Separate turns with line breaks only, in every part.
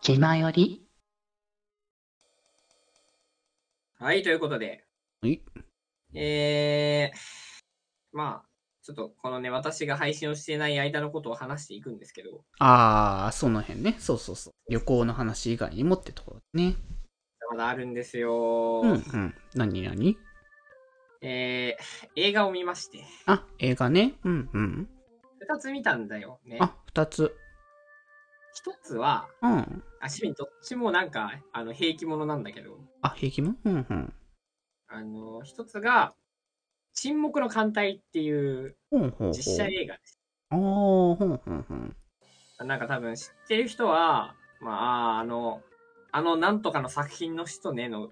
気まより
はい、ということで。
はい。
えー、まあ、ちょっとこのね、私が配信をしてない間のことを話していくんですけど、
あー、その辺ね。そうそうそう。旅行の話以外にもってところね。
まだあるんですよ、
うんうん。なになに
えー、映画を見まして、
あ、映画ね。うんうん。
二つ見たんだよね。
あ、二つ。
一つは、
うん。
あ、市民どっちもなんか、あの、平気者なんだけど、
あ、平気もうんうん。
あの、一つが、沈黙の艦隊っていう
ほうほうほう。
実写映画です。
あー、ほうほうほう。
なんか多分知ってる人は、まあ、あの、あの、なんとかの作品の人ねの、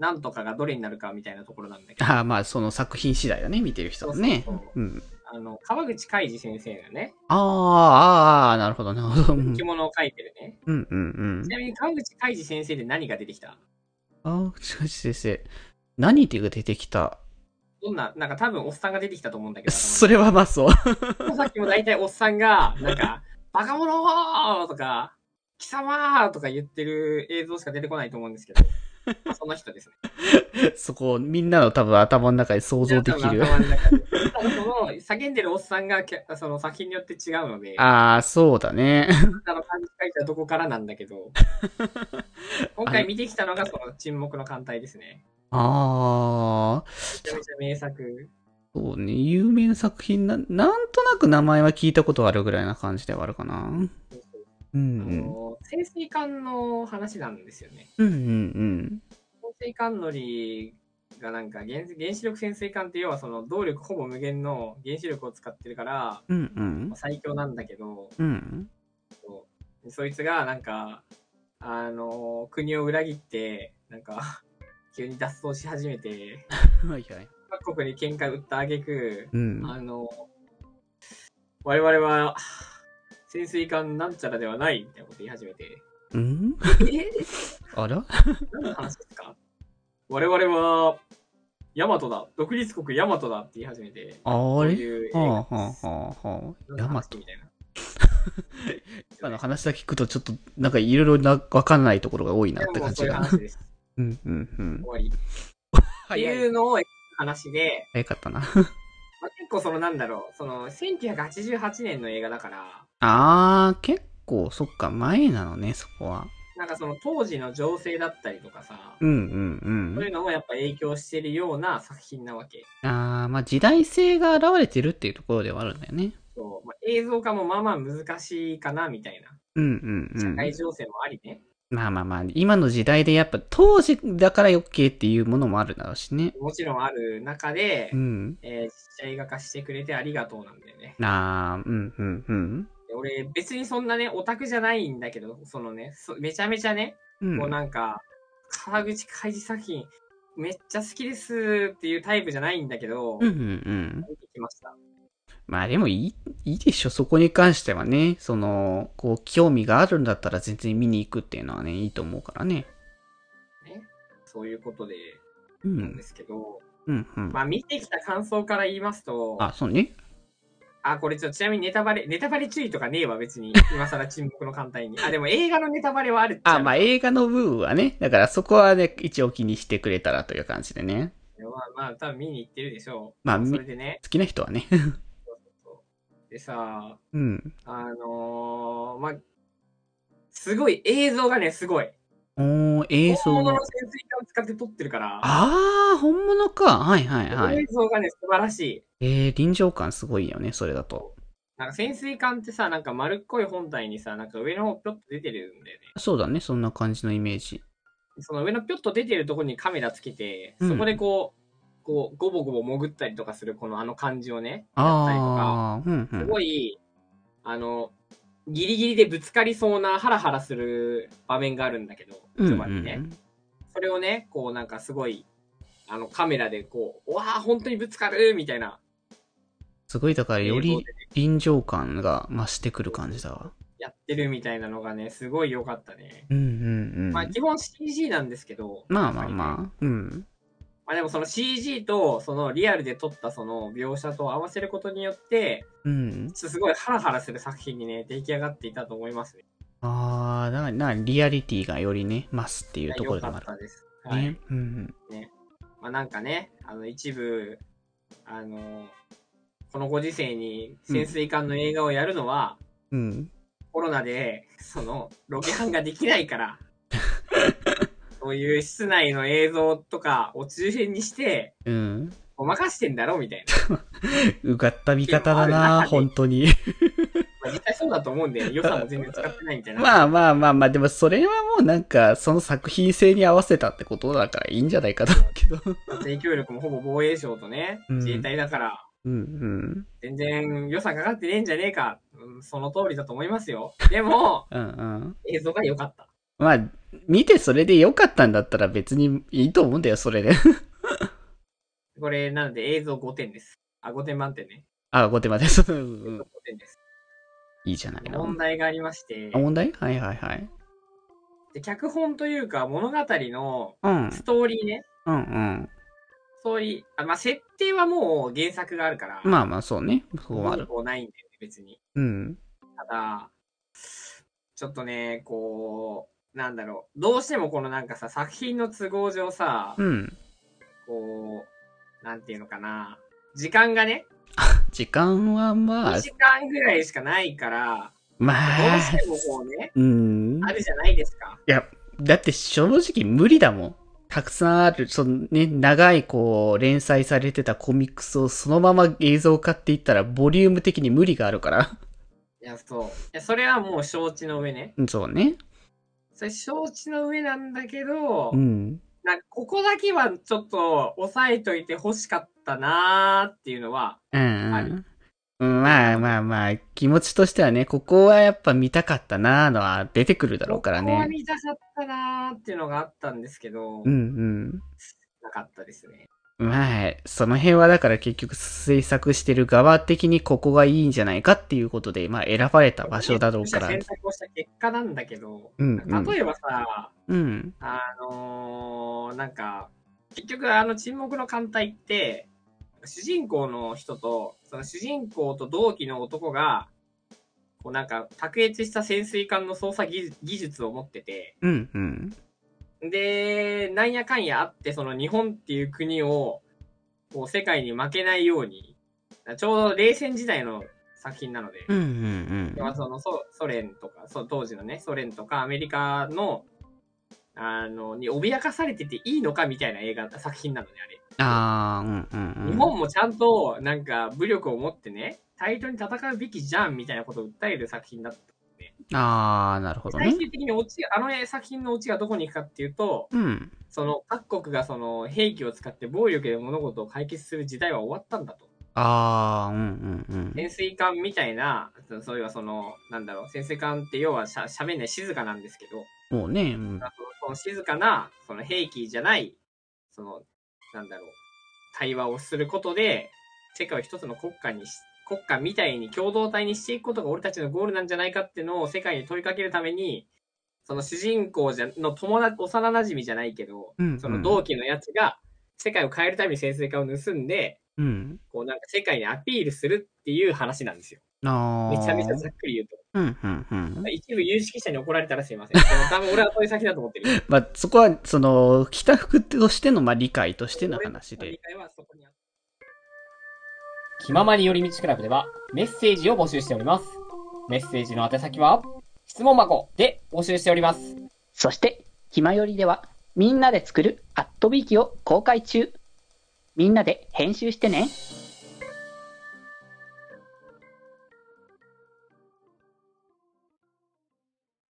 なんとかがどれになるかみたいなところなんだけど、
あー、まあ、その作品次第だね。見てる人はね。
そうそう
うん。
あの、川口海二先生がね、
あー、あー、なるほど、なるほど。うん
着物を描いてるね。
うんうんうん
ち。なみに川口海二先生で何が出てきた
あー、しかし先生。何で出てきた
どんな、なんか多分おっさんが出てきたと思うんだけど、
それはまあそう。
頭の中でさっきも大体おっさんが、なんか、バカ者とか、貴様とか言ってる映像しか出てこないと思うんですけど、まあ、その人ですね。
そこ、みんなの多分頭の中で想像できる。
頭の中でただその叫んでるおっさんがきゃその作品によって違うので、あ
あー、そうだね。
の感じ書いたとこからなんだけど、今回見てきたのがその沈黙の艦隊ですね。
ああ、
めちゃめちゃ名作。
そうね。有名な作品な、なんとなく名前は聞いたことあるぐらいな感じではあるかな。うんう
あ
ん。
の潜水艦の話なんですよね。
うんうんうん。
潜水艦乗りがなんか原原子力潜水艦って要はその動力ほぼ無限の原子力を使ってるから
うんうん。
最強なんだけど、
うん。
そいつがなんか、あの国を裏切って、なんか、 急に脱走し始めて、
はいはい。
各国に喧嘩売った挙句、
うん。
あの我々は、潜水艦なんちゃらではないみたいなこと言い始めて、
うん
え
あら
何の話ですか我々は、ヤマトだ独立国ヤマトだって言い始めて、
あ
こう
れ
いう映
はあ
画
はあはあはあ。ヤマト。
みたいな。
今の話だけ聞くとちょっと、なんかいろいろな、わかんないところが多いなっ
で
て
も
感
そう
じ
いう
が。
話です。
うんうんうん
終。わり。って
早
い
いう
のを話で、
早かったな。
まあ、結構そのなんだろう、その1988年の映画だから、
あー、結構、そっか、前なのね、そこは。
なんかその当時の情勢だったりとかさ、
うんうん
そうういうのもやっぱ影響してるような作品なわけ。
ん。あー、まあ時代性が現れてるっていうところではあるんだよね。
そうまあ、映像化もまあまあ難しいかなみたいな、
うんうんう
社
ん。
会情勢もありね、
まあまあまあ、今の時代でやっぱ当時だから余計っていうものもあるだろうしね。
もちろんある中で、
うん。
えー実写映画化してくれてありがとうなんだよね。
あー、うんうんうん。
で俺、別にそんなね、オタクじゃないんだけど、そのね、そめちゃめちゃね、
うん、
もうなんか、川口海事作品、めっちゃ好きですっていうタイプじゃないんだけ
う
ど、
んうんうん。
見てきました。
まあでもいい、いいでしょ、そこに関してはね。その、こう、興味があるんだったら全然見に行くっていうのはね、いいと思うからね。
ね、そういうことで
う
なん
ん
で。すけど、
うんうん。
まあ見てきた感想から言いますと、
あ、そうね。
あ、これちょっとちなみにネタバレ、ネタバレ注意とかねえわ、別 に。今更沈黙の艦隊に。あ、でも映画のネタバレはあるっちゃ
あ、まあ映画の部分はね、だからそこはね、一応気にしてくれたらという感じでね。
まあまあ、多分見に行ってるでしょう。
まあみ
それでね。
好きな人はね。
でさ、
うん。
あのー、まあ、すごい、映像がね、すごい。
おー、映像
本物
が
の。潜水艦使って撮ってるから、
あー、本物か。はいはいはい
映。像がね、素晴らしい。
えー、臨場感すごいよね、それだと。
なんか潜水艦ってさ、なんか丸っこい本体にさ、なんか上の方ぴょっと出てるんだよね。
そうだね、そんな感じのイメージ。
その上のぴょっと出てるところにカメラつけて、
うん
そこでこう、こう、ごぼごぼ潜ったりとかする、このあの感じをね、やったりとか、
あー、うんう
す
ん。
ごい、あの、ギリギリでぶつかりそうなハラハラする場面があるんだけど、
うん
つまりね、
うん
それをね、こうなんかすごい、あのカメラでこう、うわー、本当にぶつかるみたいな。
すごい、だからよ
映像
り
で
臨場感が増してくる感じだわ。
やってるみたいなのがね、すごい良かったね。
うんうんうん。ま
まあ基本 CG なんですけど、
あまあ
やっぱりね
まあ。うん。
まあでもその CG とそのリアルで撮ったその描写と合わせることによって、
うん。
ちょっとすごいハラハラする作品にね、出来上がっていたと思いますね。
ああ、だからな、リアリティがよりね、増すっていうところ
良
で
か
もあ
っ
る。
たです。はい。
ね。うんうん。
まあなんかね、あの一部、あの、このご時世に潜水艦の映画をやるのは、
うん。
コロナで、その、ロケハンができない から、そういう室内の映像とかを中心にして、
うん。
ごまかしてんだろみたいな。
うがった見方だな、本当に。
まあ、実際そうだと思うんで、予算も全然使ってないみたいな。
まあまあまあまあ、でもそれはもうなんか、その作品性に合わせたってことだからいいんじゃないかと思うけど。
影響力もほぼ防衛省とね、
うん
自衛隊だから、
うんうん。
全然予算かかってねえんじゃねえか。うん、その通りだと思いますよ。でも、
うんうん。
映像が良かった。
まあ、見てそれで良かったんだったら別にいいと思うんだよ、それで。
これ、なので映像5点です。あ、5点満点ね。
あ、5点まで。そううん
映像
うん
5点です。
いいじゃないの
問。題がありまして
あ、、問題はいはいはい。
で脚本というか物語の
うん。
ストーリーね、
うんうん。
ストーリー、あまあ、設定はもう原作があるから、
まあまあ、そうね。そこはあ
文
る。
句ないんだよね、別に。
うん。
ただ、ちょっとね、こう、なんだろう、どうしてもこのなんかさ、作品の都合上さ、
うん。
こう、なんていうのかな、時間がね、
時間はま
2
あ、
時間ぐらいしかないから、
ま
どう
あ、
してもこうね、
うん。
あるじゃないですか。
いや、だって正直無理だもん。たくさんある、そのね、長いこう、連載されてたコミックスをそのまま映像化っていったら、ボリューム的に無理があるから。
いや、そう。いや、それはもう承知の上ね。
うんそうね。
それ承知の上なんだけど、
うん。
なんかここだけはちょっと抑えといて欲しかったなーっていうのは、
うん
あ
うん
る。
うんまあまあまあ、気持ちとしてはね、ここはやっぱ見たかったなーのは出てくるだろうから
ここは
ね。
見たかったなーっていうのがあったんですけど、
うん
なかったですね。
うん。まあ、その辺はだから結局制作してる側的にここがいいんじゃないかっていうことで、まあ選ばれた場所だろうから。
選択をした結果なんだけど、
うんうん
例えばさ、
うん。
あのー、なんか、結局あの沈黙の艦隊って、主人公の人と、その主人公と同期の男が、こうなんか、卓越した潜水艦の操作技術技術を持ってて、
うんうん。
で、なんやかんやあって、その日本っていう国を、こう世界に負けないように、ちょうど冷戦時代の作品なので、
うんうん
まあ、そのソソ連とかそう当時のねソ連とかアメリカのあのに脅かされてていいのかみたいな映画作品なのねあれ、
うん。ああ、うんうんうん。
日本もちゃんとなんか武力を持ってね対等に戦うべきじゃんみたいなことを訴える作品だった
ああ、なるほど
最
ね。
終的にオチあのね作品のオチがどこに行くかっていうと
うん。
その各国がその兵器を使って暴力で物事を解決する時代は終わったんだと
ああ、うんうんうん。
潜水艦みたいなそそういえばそのなんだろう潜水艦って要はしゃしゃべんない静かなんですけど
もうね、うん
あとその静かな、その兵器じゃない、その、なんだろう、対話をすることで、世界を一つの国家にし、国家みたいに共同体にしていくことが俺たちのゴールなんじゃないかっていうのを世界に問いかけるために、その主人公じゃの友達、幼馴染じゃないけど、
うんうん
その同期のやつが、世界を変えるために潜水艦を盗んで、
うん。
こうなんか世界にアピールするっていう話なんですよ。
ああ。
めちゃめちゃざっくり言うと。
うんうんうん。
一部有識者に怒られたらすいません。でも多分俺はそういう先だと思ってる。
まあ、そこは、その、着た服としての、まあ、理解としての話で。。
気ままに寄り道クラブではメッセージを募集しております。メッセージの宛先は質問箱で募集しております。
そして、ひまよりでは、みんなで作るアットビーキを公開中。みんなで編集してね。